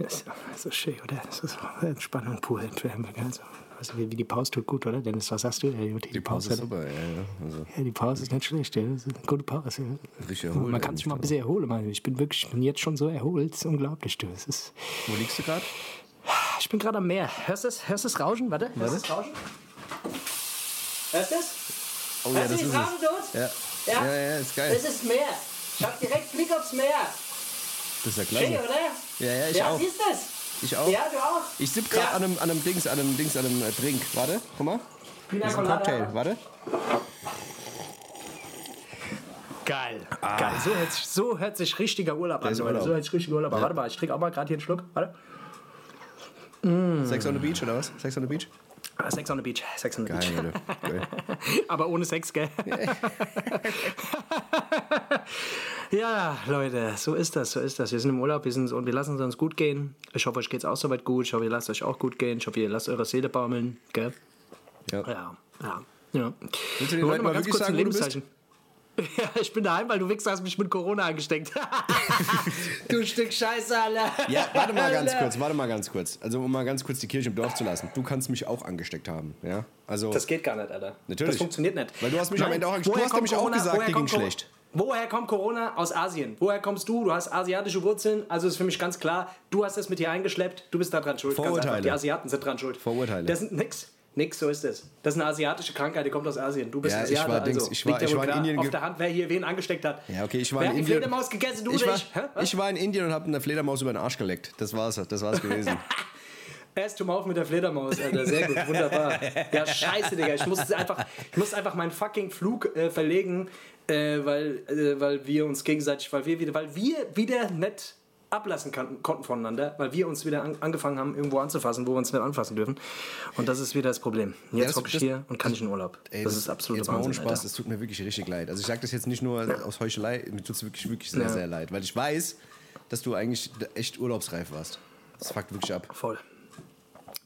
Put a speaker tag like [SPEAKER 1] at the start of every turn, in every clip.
[SPEAKER 1] ist das schön, oder? Das ist Entspannung pur in Trahamburg. Also, also wie, wie die Pause tut gut, oder? Dennis, was sagst du? Die,
[SPEAKER 2] Die Pause ist super, ja. ja. Also,
[SPEAKER 1] Ja, die Pause ist nicht schlecht. Ja. Das ist eine gute Pause. Ja.
[SPEAKER 2] Richtig erholt
[SPEAKER 1] Man kann sich
[SPEAKER 2] eigentlich,
[SPEAKER 1] mal ein bisschen erholen. Mann. Ich bin wirklich ich bin jetzt schon so erholt. Das ist unglaublich. Du. Das ist,
[SPEAKER 2] wo liegst du gerade?
[SPEAKER 1] Ah, ich bin gerade am Meer. Hörst du das, hörst du das Rauschen? Warte. Hörst du das Rauschen? Hörst du das?
[SPEAKER 2] Oh
[SPEAKER 1] Hörst du das Rauschen, Dude?
[SPEAKER 2] Ja.
[SPEAKER 1] Ja.
[SPEAKER 2] Ja. ja, ist geil.
[SPEAKER 1] Das ist Meer. Ich hab direkt Blick aufs Meer.
[SPEAKER 2] Das ist ja klasse.
[SPEAKER 1] Schön, oder?
[SPEAKER 2] Ja, ja, ich
[SPEAKER 1] ja,
[SPEAKER 2] auch.
[SPEAKER 1] siehst du das?
[SPEAKER 2] Ich auch.
[SPEAKER 1] Ja, du auch.
[SPEAKER 2] Ich sipp gerade
[SPEAKER 1] Ja.
[SPEAKER 2] an, einem, an einem Dings, an einem Dings, an einem äh, Drink. Warte, guck mal.
[SPEAKER 1] Pina
[SPEAKER 2] Das ist ein
[SPEAKER 1] Colada.
[SPEAKER 2] Cocktail, warte.
[SPEAKER 1] Geil. Geil. So hört, sich, so hört sich richtiger Urlaub an.
[SPEAKER 2] Ah. ist
[SPEAKER 1] Leute.
[SPEAKER 2] Urlaub.
[SPEAKER 1] So hört sich richtiger Urlaub an.
[SPEAKER 2] Ja.
[SPEAKER 1] Warte mal, ich trinke auch mal gerade hier einen Schluck. Warte. Hm.
[SPEAKER 2] Sex on the Beach oder was? Sex on the Beach?
[SPEAKER 1] Ah, Sex on the Beach. Sex on the Beach.
[SPEAKER 2] Geil, Alter. Geil.
[SPEAKER 1] Aber ohne Sex, gell? ja, Leute, so ist das, so ist das. Wir sind im Urlaub, wir, sind, und wir lassen es uns gut gehen. Ich hoffe, euch geht's auch soweit gut. Ich hoffe, ihr lasst euch auch gut gehen. Ich hoffe, ihr lasst eure Seele baumeln, gell?
[SPEAKER 2] Ja.
[SPEAKER 1] Ja, ja. ja.
[SPEAKER 2] Willst du
[SPEAKER 1] Wir
[SPEAKER 2] den Leuten
[SPEAKER 1] wollten
[SPEAKER 2] mal wirklich
[SPEAKER 1] kurz
[SPEAKER 2] sagen,
[SPEAKER 1] ein
[SPEAKER 2] wo du bist?
[SPEAKER 1] Lebenszeichen. Ja, ich bin daheim, weil du Wichser hast mich mit Corona angesteckt. du Stück Scheiße, Alter.
[SPEAKER 2] Ja, warte mal ganz
[SPEAKER 1] Alter.
[SPEAKER 2] kurz, warte mal ganz kurz. Also um mal ganz kurz die Kirche im Dorf zu lassen. Du kannst mich auch angesteckt haben, ja? Also
[SPEAKER 1] Das geht gar nicht, Alter.
[SPEAKER 2] Natürlich.
[SPEAKER 1] Das funktioniert nicht.
[SPEAKER 2] Weil du hast mich am Ende auch angesprochen.
[SPEAKER 1] woher
[SPEAKER 2] Du hast
[SPEAKER 1] kommt
[SPEAKER 2] nämlich auch gesagt,
[SPEAKER 1] woher
[SPEAKER 2] dir
[SPEAKER 1] kommt
[SPEAKER 2] ging's
[SPEAKER 1] Corona-
[SPEAKER 2] schlecht.
[SPEAKER 1] Woher kommt Corona? Aus Asien. Woher kommst du? Du hast asiatische Wurzeln. Also ist für mich ganz klar, du hast das mit dir eingeschleppt. Du bist da dran schuld. Ganz
[SPEAKER 2] Vorurteile.
[SPEAKER 1] einfach, Die Asiaten sind dran schuld.
[SPEAKER 2] Vorurteile.
[SPEAKER 1] Das sind nix. Nix, so ist es. Das ist eine asiatische Krankheit, die kommt aus Asien. Du bist
[SPEAKER 2] Ja, ich
[SPEAKER 1] Asiate,
[SPEAKER 2] war Dings-
[SPEAKER 1] also
[SPEAKER 2] ich war-
[SPEAKER 1] liegt ja
[SPEAKER 2] ich
[SPEAKER 1] wohl
[SPEAKER 2] war in
[SPEAKER 1] klar
[SPEAKER 2] Indien
[SPEAKER 1] auf
[SPEAKER 2] ge-
[SPEAKER 1] der Hand, wer hier wen angesteckt hat.
[SPEAKER 2] ja, okay, ich war
[SPEAKER 1] wer
[SPEAKER 2] in
[SPEAKER 1] hat die
[SPEAKER 2] Indien.
[SPEAKER 1] Fledermaus gegessen, du
[SPEAKER 2] ich
[SPEAKER 1] oder
[SPEAKER 2] war,
[SPEAKER 1] ich? Hä? Was?
[SPEAKER 2] ich war in Indien und habe einer Fledermaus über den Arsch geleckt. Das war's, das war's gewesen.
[SPEAKER 1] Best to Mouth mit der Fledermaus, Alter. Sehr gut, wunderbar. Ja, scheiße, Digga. Ich muss es einfach, ich muss einfach meinen fucking Flug äh, verlegen, äh, weil, äh, weil wir uns gegenseitig, weil wir wieder, weil wir wieder nicht ablassen kannten, konnten voneinander, weil wir uns wieder an, angefangen haben, irgendwo anzufassen, wo wir uns nicht anfassen dürfen. Und das ist wieder das Problem. Jetzt
[SPEAKER 2] das-
[SPEAKER 1] hocke ich
[SPEAKER 2] das-
[SPEAKER 1] hier und kann nicht in Urlaub.
[SPEAKER 2] Ey,
[SPEAKER 1] das, ist absolut
[SPEAKER 2] jetzt mal
[SPEAKER 1] Wahnsinn,
[SPEAKER 2] ohne Spaß,
[SPEAKER 1] Alter.
[SPEAKER 2] das tut mir wirklich richtig leid. Also ich sage das jetzt nicht nur aus Heuchelei, mir tut es wirklich, wirklich sehr,
[SPEAKER 1] Ja.
[SPEAKER 2] sehr leid, weil ich weiß, dass du eigentlich echt urlaubsreif warst. Das fuckt wirklich ab.
[SPEAKER 1] Voll.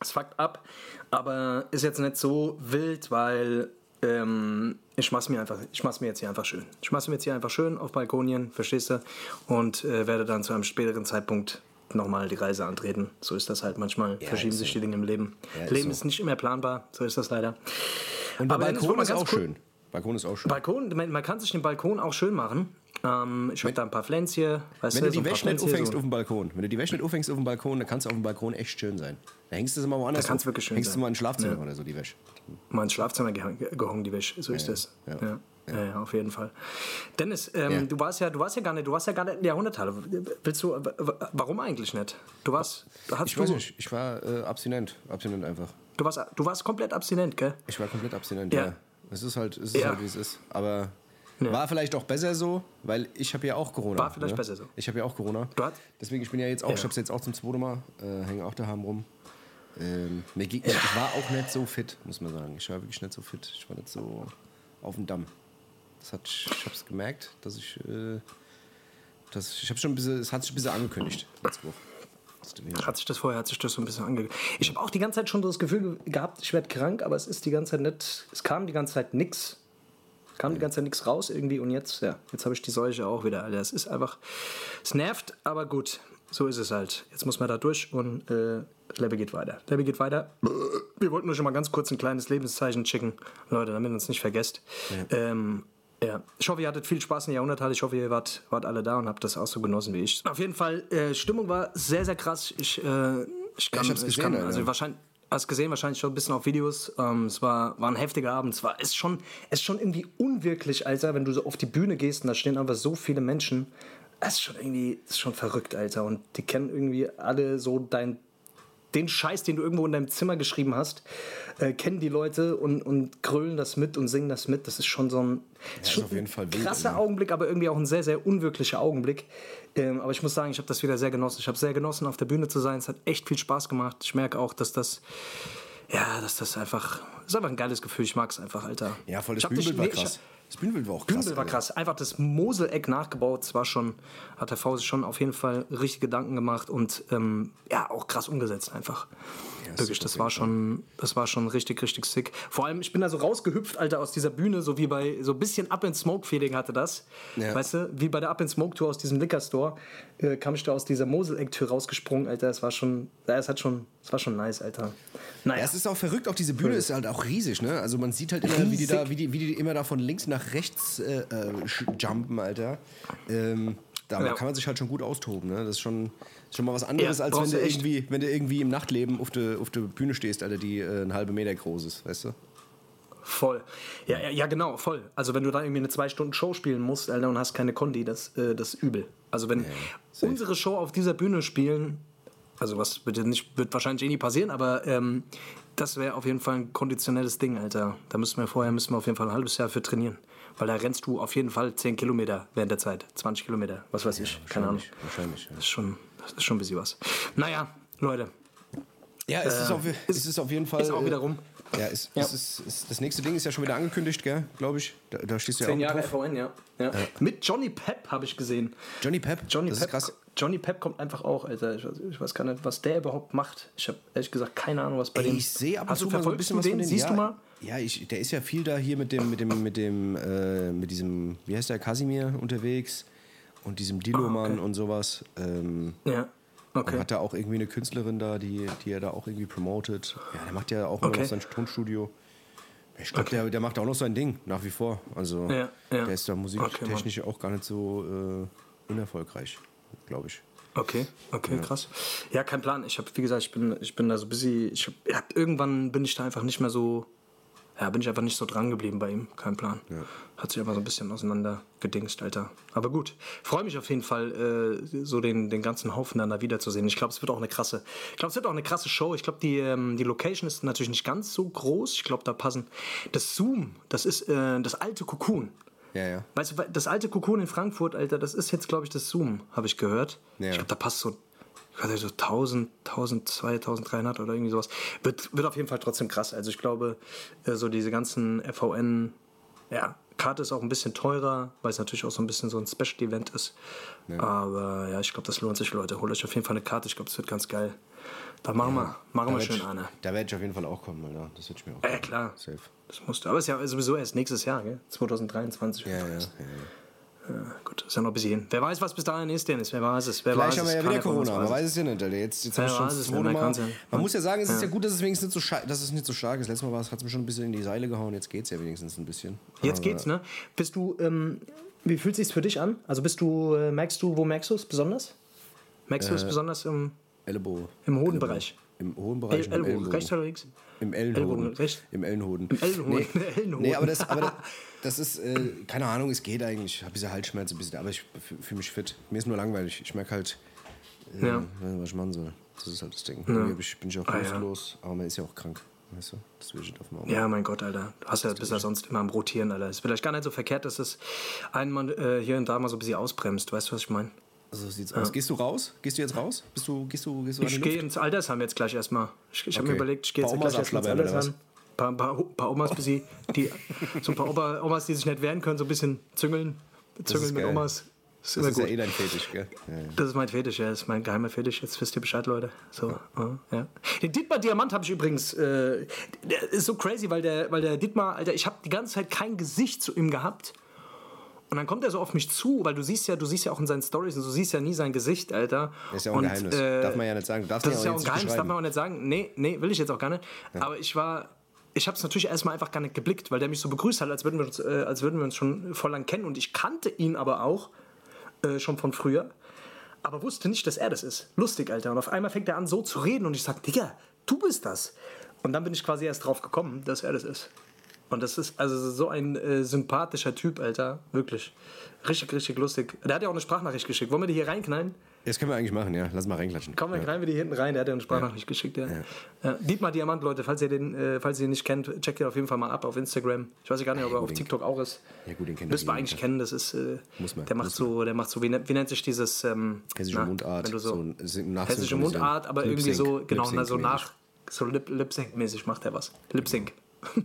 [SPEAKER 1] Es fuckt ab, aber ist jetzt nicht so wild, weil ähm, ich mach's mir einfach, ich mach's mir jetzt hier einfach schön. Ich mach's mir jetzt hier einfach schön auf Balkonien, verstehst du? Und äh, werde dann zu einem späteren Zeitpunkt nochmal die Reise antreten. So ist das halt manchmal. Verschieben
[SPEAKER 2] ist
[SPEAKER 1] sich
[SPEAKER 2] so.
[SPEAKER 1] die Dinge im Leben.
[SPEAKER 2] Ja, ist
[SPEAKER 1] Leben
[SPEAKER 2] so.
[SPEAKER 1] ist nicht immer planbar, so ist das leider.
[SPEAKER 2] Und der
[SPEAKER 1] Aber Dennis,
[SPEAKER 2] Balkon
[SPEAKER 1] mal
[SPEAKER 2] ist
[SPEAKER 1] ganz
[SPEAKER 2] auch
[SPEAKER 1] kurz-
[SPEAKER 2] schön. Balkon ist auch schön.
[SPEAKER 1] Balkon, man, man kann sich den Balkon auch schön machen. Ähm, ich habe da ein paar Pflänzchen. Weißt
[SPEAKER 2] Wenn du die
[SPEAKER 1] ein paar
[SPEAKER 2] Wäsche nicht
[SPEAKER 1] Pflänzchen,
[SPEAKER 2] aufhängst
[SPEAKER 1] so-
[SPEAKER 2] auf dem Balkon, wenn du die Wäsche nicht aufhängst auf dem Balkon, dann kannst du auf dem Balkon echt schön sein. Da hängst du sie mal woanders.
[SPEAKER 1] Da kann's
[SPEAKER 2] auf.
[SPEAKER 1] wirklich schön
[SPEAKER 2] Hängst du
[SPEAKER 1] sein.
[SPEAKER 2] mal ins Schlafzimmer
[SPEAKER 1] Ja.
[SPEAKER 2] oder so die Wäsche.
[SPEAKER 1] mal ins Schlafzimmer geh- gehangen, die Wäsche. So ist
[SPEAKER 2] ja.
[SPEAKER 1] das.
[SPEAKER 2] Ja.
[SPEAKER 1] Ja. Ja. Ja. auf jeden Fall. Dennis, ähm,
[SPEAKER 2] Ja.
[SPEAKER 1] du warst ja, du warst ja gar nicht, du warst ja gar nicht in der Jahrhunderthalle. Willst du, w- w- warum eigentlich nicht? Du warst, hast
[SPEAKER 2] Ich
[SPEAKER 1] du,
[SPEAKER 2] weiß nicht, ich war äh, abstinent. Abstinent einfach.
[SPEAKER 1] du warst, du warst komplett abstinent, gell?
[SPEAKER 2] Ich war komplett abstinent, ja.
[SPEAKER 1] Ja.
[SPEAKER 2] Es ist halt, es ist
[SPEAKER 1] Ja.
[SPEAKER 2] halt wie es ist. Aber war vielleicht auch besser so, weil ich habe ja auch Corona. ne?
[SPEAKER 1] War vielleicht besser so.
[SPEAKER 2] Ich habe ja auch Corona.
[SPEAKER 1] Du hast-
[SPEAKER 2] Deswegen, ich bin ja jetzt auch, ich habe es jetzt auch zum zweiten Mal, äh, hänge auch daheim rum. Ähm, mir ging, Ich war auch nicht so fit, muss man sagen. Ich war wirklich nicht so fit. Ich war nicht so auf dem Damm. Das hat, ich habe es gemerkt, dass ich, äh, dass ich, ich habe schon ein bisschen, es hat sich ein bisschen angekündigt letzte Woche. Das ist mir schon-
[SPEAKER 1] Hat sich das vorher, hat sich das so ein bisschen angegeben. Ich habe auch die ganze Zeit schon so das Gefühl ge- gehabt, ich werde krank, aber es ist die ganze Zeit nicht, es kam die ganze Zeit nix. Kam die ganze Zeit nichts raus irgendwie und jetzt, ja, jetzt habe ich die Seuche auch wieder, Alter. Es ist einfach, es nervt, aber gut, so ist es halt. Jetzt muss man da durch und äh, Level geht weiter. Level geht weiter. Wir wollten nur schon mal ganz kurz ein kleines Lebenszeichen schicken, Leute, damit ihr uns nicht vergesst. Ähm, ja, ich hoffe, ihr hattet viel Spaß in der Jahrhunderthalle. Ich hoffe, ihr wart, wart alle da und habt das auch so genossen wie ich. Auf jeden Fall, äh, Stimmung war sehr, sehr krass. Ich, äh, ich kann,
[SPEAKER 2] ich hab's gesehen,
[SPEAKER 1] kann
[SPEAKER 2] Alter.
[SPEAKER 1] also wahrscheinlich, hast gesehen, wahrscheinlich schon ein bisschen auf Videos. Ähm, es war, war ein heftiger Abend. Es war, ist schon, ist schon irgendwie unwirklich, Alter, wenn du so auf die Bühne gehst und da stehen einfach so viele Menschen. Das ist schon irgendwie, ist schon verrückt, Alter. Und die kennen irgendwie alle so dein den Scheiß, den du irgendwo in deinem Zimmer geschrieben hast, äh, kennen die Leute und, und krölen das mit und singen das mit. Das ist schon so ein, das
[SPEAKER 2] ist auf jeden Fall wild,
[SPEAKER 1] krasser
[SPEAKER 2] ne?
[SPEAKER 1] Augenblick, aber irgendwie auch ein sehr, sehr unwirklicher Augenblick. Ähm, aber ich muss sagen, ich habe das wieder sehr genossen. Ich habe sehr genossen, auf der Bühne zu sein. Es hat echt viel Spaß gemacht. Ich merke auch, dass das, ja, dass das einfach ist einfach ein geiles Gefühl. Ich mag es einfach, Alter.
[SPEAKER 2] Ja, voll,
[SPEAKER 1] Ich
[SPEAKER 2] das
[SPEAKER 1] hab dich-
[SPEAKER 2] Bühnenbild war
[SPEAKER 1] nee, ich
[SPEAKER 2] krass.
[SPEAKER 1] hab-
[SPEAKER 2] Das Bühnenbild war auch krass.
[SPEAKER 1] Bühnenbild war
[SPEAKER 2] Alter.
[SPEAKER 1] krass. Einfach das Moseleck nachgebaut. Es war schon, hat der Faust schon auf jeden Fall richtig Gedanken gemacht und ähm, ja, auch krass umgesetzt einfach. Wirklich,
[SPEAKER 2] super
[SPEAKER 1] das
[SPEAKER 2] auf
[SPEAKER 1] war schon, das war schon richtig, richtig sick. Vor allem, ich bin da so rausgehüpft, Alter, aus dieser Bühne, so wie bei, so ein bisschen Up in Smoke Feeling hatte das.
[SPEAKER 2] Ja.
[SPEAKER 1] Weißt du, wie bei der Up in Smoke Tour aus diesem Liquor Store, äh, kam ich da aus dieser Moseleck-Tür rausgesprungen, Alter. Es war schon, ja, es hat schon, es war schon nice, Alter. Naja.
[SPEAKER 2] Ja, es ist auch verrückt, auch diese Bühne ist halt auch riesig, ne? Also man sieht halt immer, wie die, da, wie, die, wie die immer da von links nach rechts äh, äh, sch- jumpen, Alter. Ähm, da
[SPEAKER 1] Ja.
[SPEAKER 2] kann man sich halt schon gut austoben, ne? Das ist schon, ist schon mal was anderes,
[SPEAKER 1] Ja,
[SPEAKER 2] als wenn
[SPEAKER 1] brauchst
[SPEAKER 2] du,
[SPEAKER 1] du echt.
[SPEAKER 2] irgendwie, wenn du irgendwie im Nachtleben auf der auf der Bühne stehst, Alter, die äh, einen halben Meter groß ist, weißt du?
[SPEAKER 1] Voll. Ja, ja, ja, genau, voll. Also wenn du da irgendwie eine zwei Stunden Show spielen musst, Alter, und hast keine Kondi, das, äh, das ist übel. Also wenn
[SPEAKER 2] safe.
[SPEAKER 1] unsere Show auf dieser Bühne spielen, also was wird, jetzt nicht, wird wahrscheinlich eh nie passieren, aber ähm, das wäre auf jeden Fall ein konditionelles Ding, Alter. Da müssen wir vorher müssen wir auf jeden Fall ein halbes Jahr für trainieren. Weil da rennst du auf jeden Fall 10 Kilometer während der Zeit. 20 Kilometer, was weiß ich. Keine Ahnung.
[SPEAKER 2] Wahrscheinlich, Wahrscheinlich.
[SPEAKER 1] Das ist schon, das ist schon ein bisschen was. Naja, Leute,
[SPEAKER 2] Ja, ja es, ist auf, es Äh, ist auf jeden Fall.
[SPEAKER 1] ist auch
[SPEAKER 2] äh,
[SPEAKER 1] wieder rum.
[SPEAKER 2] Ja, es,
[SPEAKER 1] Ja.
[SPEAKER 2] Es ist, es, das nächste Ding ist ja schon wieder angekündigt, gell? Glaube ich. Da, da stehst du ja auch
[SPEAKER 1] Zehn Jahre
[SPEAKER 2] drauf.
[SPEAKER 1] FVN, ja. ja. Mit Johnny Pep habe ich gesehen.
[SPEAKER 2] Johnny Pep.
[SPEAKER 1] Johnny
[SPEAKER 2] das
[SPEAKER 1] Pep,
[SPEAKER 2] ist krass.
[SPEAKER 1] Johnny Pep kommt einfach auch, Alter. Ich weiß, ich weiß gar nicht, was der überhaupt macht. Ich habe ehrlich gesagt keine Ahnung, was bei
[SPEAKER 2] Ey,
[SPEAKER 1] dem.
[SPEAKER 2] ich sehe ab und
[SPEAKER 1] Hast
[SPEAKER 2] zu
[SPEAKER 1] du
[SPEAKER 2] mal so ein
[SPEAKER 1] verfolgst
[SPEAKER 2] bisschen was
[SPEAKER 1] du den?
[SPEAKER 2] von denen.
[SPEAKER 1] Siehst
[SPEAKER 2] ja,
[SPEAKER 1] du mal?
[SPEAKER 2] Ja, ich, der ist ja viel da hier mit dem, mit dem, mit dem, äh, mit diesem, wie heißt der, Kasimir unterwegs und diesem Diloman und sowas. Ähm,
[SPEAKER 1] Ja. Ah, Okay.
[SPEAKER 2] Hat da auch irgendwie eine Künstlerin da, die, die er da auch irgendwie promotet. Ja, der macht ja auch immer
[SPEAKER 1] Okay.
[SPEAKER 2] noch sein Tonstudio. Ich glaube, der, der macht auch noch sein Ding, nach wie vor. Also
[SPEAKER 1] Ja, ja.
[SPEAKER 2] der ist da musiktechnisch auch gar nicht so äh, unerfolgreich, glaube ich.
[SPEAKER 1] Okay, okay, krass. Ja, kein Plan. Ich habe, wie gesagt, ich bin, ich bin da so busy. Ich hab, ich hab, irgendwann bin ich da einfach nicht mehr so. Ja, bin ich einfach nicht so dran geblieben bei ihm. Kein Plan. Hat sich einfach so ein bisschen auseinander gedingst, Alter. Aber gut, freue mich auf jeden Fall, äh, so den, den ganzen Haufen dann da wiederzusehen. Ich glaube, es wird auch eine krasse, ich glaube, es wird auch eine krasse Show. Ich glaube, die, ähm, die Location ist natürlich nicht ganz so groß. Ich glaube, da passen das Zoom, das ist äh, das alte Cocoon.
[SPEAKER 2] Ja, ja.
[SPEAKER 1] Weißt du, das alte Cocoon in Frankfurt, Alter, das ist jetzt, glaube ich, das Zoom, habe ich gehört.
[SPEAKER 2] Ja.
[SPEAKER 1] Ich glaube, da passt so, ich weiß nicht, so 1000, 1000, 2000, 300 oder irgendwie sowas. Wird, wird auf jeden Fall trotzdem krass. Also ich glaube, äh, so diese ganzen FVN, ja, Karte ist auch ein bisschen teurer, weil es natürlich auch so ein bisschen so ein Special-Event ist. Aber ja, ich glaube, das lohnt sich, Leute. Holt euch auf jeden Fall eine Karte. Ich glaube, es wird ganz geil. Da machen wir, machen wir
[SPEAKER 2] werd
[SPEAKER 1] schön
[SPEAKER 2] ich,
[SPEAKER 1] eine.
[SPEAKER 2] Da werde ich auf jeden Fall auch kommen, Alter. Das wird ich mir auch.
[SPEAKER 1] Ja,
[SPEAKER 2] geben.
[SPEAKER 1] klar.
[SPEAKER 2] Safe.
[SPEAKER 1] Das musste. Aber es ist ja sowieso erst nächstes Jahr, gell? 2023.
[SPEAKER 2] Ja, ja, ja.
[SPEAKER 1] Gut, ist ja noch ein bisschen hin. Wer weiß, was bis dahin ist, Dennis? Wer weiß es? Wer weiß
[SPEAKER 2] Vielleicht haben wir
[SPEAKER 1] es?
[SPEAKER 2] ja
[SPEAKER 1] Keiner
[SPEAKER 2] wieder
[SPEAKER 1] von uns
[SPEAKER 2] Corona, man
[SPEAKER 1] weiß
[SPEAKER 2] weiß es ja nicht, Alter. Jetzt, jetzt
[SPEAKER 1] Ja,
[SPEAKER 2] haben wir schon
[SPEAKER 1] weiß
[SPEAKER 2] das
[SPEAKER 1] es
[SPEAKER 2] zweite
[SPEAKER 1] nicht, man
[SPEAKER 2] Mal.
[SPEAKER 1] kann's ja-
[SPEAKER 2] Man muss ja sagen, es ist ja gut, dass es wenigstens nicht so, scha- dass es nicht so stark ist. Letztes Mal hat es mich schon ein bisschen in die Seile gehauen, jetzt geht es ja wenigstens ein bisschen.
[SPEAKER 1] Jetzt
[SPEAKER 2] Aber-
[SPEAKER 1] geht's, ne? Bist du, ähm, wie fühlt sich's für dich an? Also bist du, äh, merkst du, wo merkst du es besonders? Merkst du
[SPEAKER 2] Äh,
[SPEAKER 1] es besonders im,
[SPEAKER 2] Ellenbogen.
[SPEAKER 1] im Hodenbereich?
[SPEAKER 2] Im
[SPEAKER 1] El
[SPEAKER 2] hohen Bereich. und im
[SPEAKER 1] Ellbogen, rechts oder links?
[SPEAKER 2] Im
[SPEAKER 1] Ellenbogen,
[SPEAKER 2] Ellenhoden.
[SPEAKER 1] rechts?
[SPEAKER 2] Im Ellenhoden.
[SPEAKER 1] Ellenhoden,
[SPEAKER 2] Nee,
[SPEAKER 1] Ellenhoden.
[SPEAKER 2] nee aber, das, aber das, das ist, äh, keine Ahnung, es geht eigentlich. Ich habe diese Halsschmerzen ein bisschen, aber ich fühle mich fit. Mir ist nur langweilig. Ich merke halt, äh,
[SPEAKER 1] Ja.
[SPEAKER 2] was ich machen soll. Das ist halt das Ding. Irgendwie hab ich, bin ich auch
[SPEAKER 1] Ah, ja.
[SPEAKER 2] lustlos, aber man ist ja auch krank. Weißt du? Das will ich nicht auf dem Auge.
[SPEAKER 1] Ja, mein Gott, Alter. Du hast ja, bist ja sonst immer am Rotieren, Alter. Ist vielleicht gar nicht so verkehrt, dass es einen Mann äh, hier und da mal so ein bisschen ausbremst. Weißt du, was ich meine?
[SPEAKER 2] So Also, sieht's aus. Gehst du raus? Gehst du jetzt raus? Bist du, gehst du, gehst du an
[SPEAKER 1] Ich
[SPEAKER 2] die
[SPEAKER 1] gehe
[SPEAKER 2] Luft?
[SPEAKER 1] ins Altersheim jetzt gleich erstmal. Ich, ich habe mir
[SPEAKER 2] Okay.
[SPEAKER 1] überlegt, ich gehe jetzt
[SPEAKER 2] Paar
[SPEAKER 1] gleich
[SPEAKER 2] Omas
[SPEAKER 1] erstmal ins
[SPEAKER 2] abschlabbern, oder was?
[SPEAKER 1] Altersheim. Paar, paar, paar Omas, bis sie, die, so ein paar Opa, Omas, die sich nicht wehren können, so ein bisschen züngeln. Züngeln mit
[SPEAKER 2] geil.
[SPEAKER 1] Omas. Ist
[SPEAKER 2] Das
[SPEAKER 1] immer
[SPEAKER 2] ist
[SPEAKER 1] gut.
[SPEAKER 2] ja eh dein Fetisch, gell? Ja, ja.
[SPEAKER 1] Das ist mein Fetisch, ja. Das ist mein geheimer Fetisch. Jetzt wisst ihr Bescheid, Leute. So, äh, ja. Den Dietmar Diamant habe ich übrigens. Äh, der ist so crazy, weil der, weil der Dietmar, Alter, ich habe die ganze Zeit kein Gesicht zu ihm gehabt. Und dann kommt er so auf mich zu, weil du siehst ja, du siehst ja auch in seinen Stories und du siehst ja nie sein Gesicht, Alter.
[SPEAKER 2] Ist ja auch ein
[SPEAKER 1] und,
[SPEAKER 2] Geheimnis.
[SPEAKER 1] äh,
[SPEAKER 2] darf man ja nicht sagen. Du darfst
[SPEAKER 1] das ist ja
[SPEAKER 2] ja
[SPEAKER 1] auch ein Geheimnis, darf
[SPEAKER 2] beschreiben.
[SPEAKER 1] man auch nicht sagen. Nee, nee, will ich jetzt auch gar nicht. Aber ich war, ich habe es natürlich erstmal einfach gar nicht geblickt, weil der mich so begrüßt hat, als würden wir uns, äh, als würden wir uns schon voll lang kennen. Und ich kannte ihn aber auch äh, schon von früher, aber wusste nicht, dass er das ist. Lustig, Alter. Und auf einmal fängt er an, so zu reden und ich sag, Digga, du bist das. Und dann bin ich quasi erst drauf gekommen, dass er das ist. Und das ist also so ein äh, sympathischer Typ, Alter. Wirklich. Richtig, richtig lustig. Der hat ja auch eine Sprachnachricht geschickt. Wollen wir die hier reinknallen?
[SPEAKER 2] Das können wir eigentlich machen, ja. Lass mal reinklatschen.
[SPEAKER 1] Komm, dann knallen wir die hinten rein. Der hat ja eine Sprachnachricht geschickt. Ja. Ja. Dietmar Diamant, Leute, falls ihr, den, äh, falls ihr ihn nicht kennt, checkt ihn auf jeden Fall mal ab auf Instagram. Ich weiß gar nicht, ob er auf
[SPEAKER 2] unbedingt.
[SPEAKER 1] TikTok auch ist.
[SPEAKER 2] Ja, gut, den kennt
[SPEAKER 1] Müsst
[SPEAKER 2] man
[SPEAKER 1] man eigentlich
[SPEAKER 2] jeder.
[SPEAKER 1] kennen. Das ist, äh,
[SPEAKER 2] Muss man,
[SPEAKER 1] Der macht
[SPEAKER 2] muss
[SPEAKER 1] so, der macht so, wie, nennt- wie nennt sich dieses? Ähm,
[SPEAKER 2] Hessische
[SPEAKER 1] na,
[SPEAKER 2] Mundart.
[SPEAKER 1] wenn du
[SPEAKER 2] So,
[SPEAKER 1] so,
[SPEAKER 2] ein- es ist ein Nachsynchronisieren.
[SPEAKER 1] hessische Mundart, aber irgendwie
[SPEAKER 2] Lip-Sync,
[SPEAKER 1] so, genau, na, so
[SPEAKER 2] Lip-Sync-mäßig.
[SPEAKER 1] nach, so Lip- Lip-Sync-mäßig macht er was. Lip-Sync.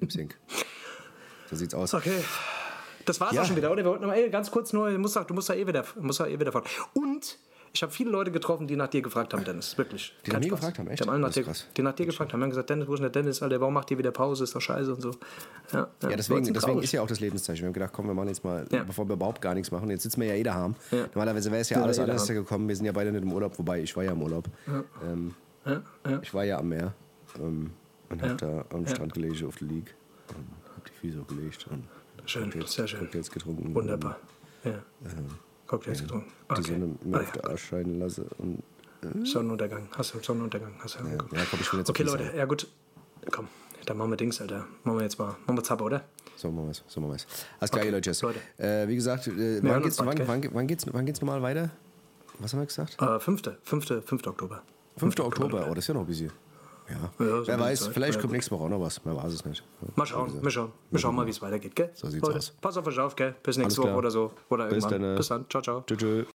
[SPEAKER 2] Lipsync. so sieht's aus.
[SPEAKER 1] Okay. Das war's
[SPEAKER 2] Ja.
[SPEAKER 1] auch schon wieder, oder? Wir wollten noch mal ey, ganz kurz nur, du musst, doch- du musst da eh wieder, musst da eh wieder fahren. Und ich habe viele Leute getroffen, die nach dir gefragt haben, Dennis. Wirklich.
[SPEAKER 2] Die nach mir gefragt haben, echt?
[SPEAKER 1] Die haben alle nach
[SPEAKER 2] Das ist
[SPEAKER 1] dir,
[SPEAKER 2] krass.
[SPEAKER 1] die nach dir gefragt haben. Die haben gesagt, Dennis, wo ist denn der Dennis? Alter, warum macht ihr wieder Pause? Ist doch scheiße und so. Ja,
[SPEAKER 2] Ja, deswegen,
[SPEAKER 1] Leute sind
[SPEAKER 2] deswegen
[SPEAKER 1] traurig.
[SPEAKER 2] ist ja auch das Lebenszeichen. Wir haben gedacht, komm, wir machen jetzt mal,
[SPEAKER 1] Ja.
[SPEAKER 2] bevor wir überhaupt gar nichts machen. Jetzt sitzen wir ja eh daheim.
[SPEAKER 1] Ja.
[SPEAKER 2] Normalerweise wäre es ja
[SPEAKER 1] Ja,
[SPEAKER 2] alles
[SPEAKER 1] eh
[SPEAKER 2] anders
[SPEAKER 1] daheim.
[SPEAKER 2] gekommen. Wir sind ja beide nicht im Urlaub, wobei ich war ja im Urlaub. Ähm,
[SPEAKER 1] Ja, ja.
[SPEAKER 2] Ich war ja am Meer ähm, und habe
[SPEAKER 1] Ja.
[SPEAKER 2] da am
[SPEAKER 1] Ja.
[SPEAKER 2] Strand gelegen auf der Liege und habe die Füße hochgelegt und
[SPEAKER 1] Schön,
[SPEAKER 2] Cocktails,
[SPEAKER 1] sehr schön.
[SPEAKER 2] Cocktails getrunken.
[SPEAKER 1] Wunderbar. Ja. Cocktails getrunken.
[SPEAKER 2] Und
[SPEAKER 1] Okay.
[SPEAKER 2] Die Sonne mir
[SPEAKER 1] ah,
[SPEAKER 2] auf den
[SPEAKER 1] ja.
[SPEAKER 2] Arsch scheinen lassen. Und,
[SPEAKER 1] Sonnenuntergang. Hast du Sonnenuntergang? Hast du ja,
[SPEAKER 2] ja, komm, ich will jetzt
[SPEAKER 1] Okay,
[SPEAKER 2] auf die
[SPEAKER 1] Leute, ja gut. Komm, dann machen wir Dings, Alter. Machen wir jetzt mal. Machen wir Zappe, oder?
[SPEAKER 2] so machen wir es. So machen wir es. Alles klar, ihr Leute. Jess.
[SPEAKER 1] Leute.
[SPEAKER 2] Äh, wie gesagt, äh,
[SPEAKER 1] hören
[SPEAKER 2] wann,
[SPEAKER 1] uns
[SPEAKER 2] geht's,
[SPEAKER 1] bald,
[SPEAKER 2] wann,
[SPEAKER 1] gell?
[SPEAKER 2] wann, wann, geht's, wann geht's normal weiter? Was haben wir gesagt?
[SPEAKER 1] Äh, fünfte, fünfte, fünfte Oktober.
[SPEAKER 2] 5. Oktober, oh, das ist ja noch ein bisschen. Ja.
[SPEAKER 1] Ja, so
[SPEAKER 2] Wer
[SPEAKER 1] eine
[SPEAKER 2] weiß,
[SPEAKER 1] Zeit.
[SPEAKER 2] vielleicht
[SPEAKER 1] Ja,
[SPEAKER 2] kommt nächste Woche auch noch was. Man weiß es nicht.
[SPEAKER 1] Mal schauen, mal schauen, mal schauen mal, wie es weitergeht, gell? So
[SPEAKER 2] sieht's aus.
[SPEAKER 1] Pass auf euch auf, gell? Bis nächste
[SPEAKER 2] Alles
[SPEAKER 1] Woche
[SPEAKER 2] klar.
[SPEAKER 1] oder so. Oder
[SPEAKER 2] Bis
[SPEAKER 1] irgendwann.
[SPEAKER 2] dann, äh.
[SPEAKER 1] Bis dann. Ciao, ciao.
[SPEAKER 2] Tschüss.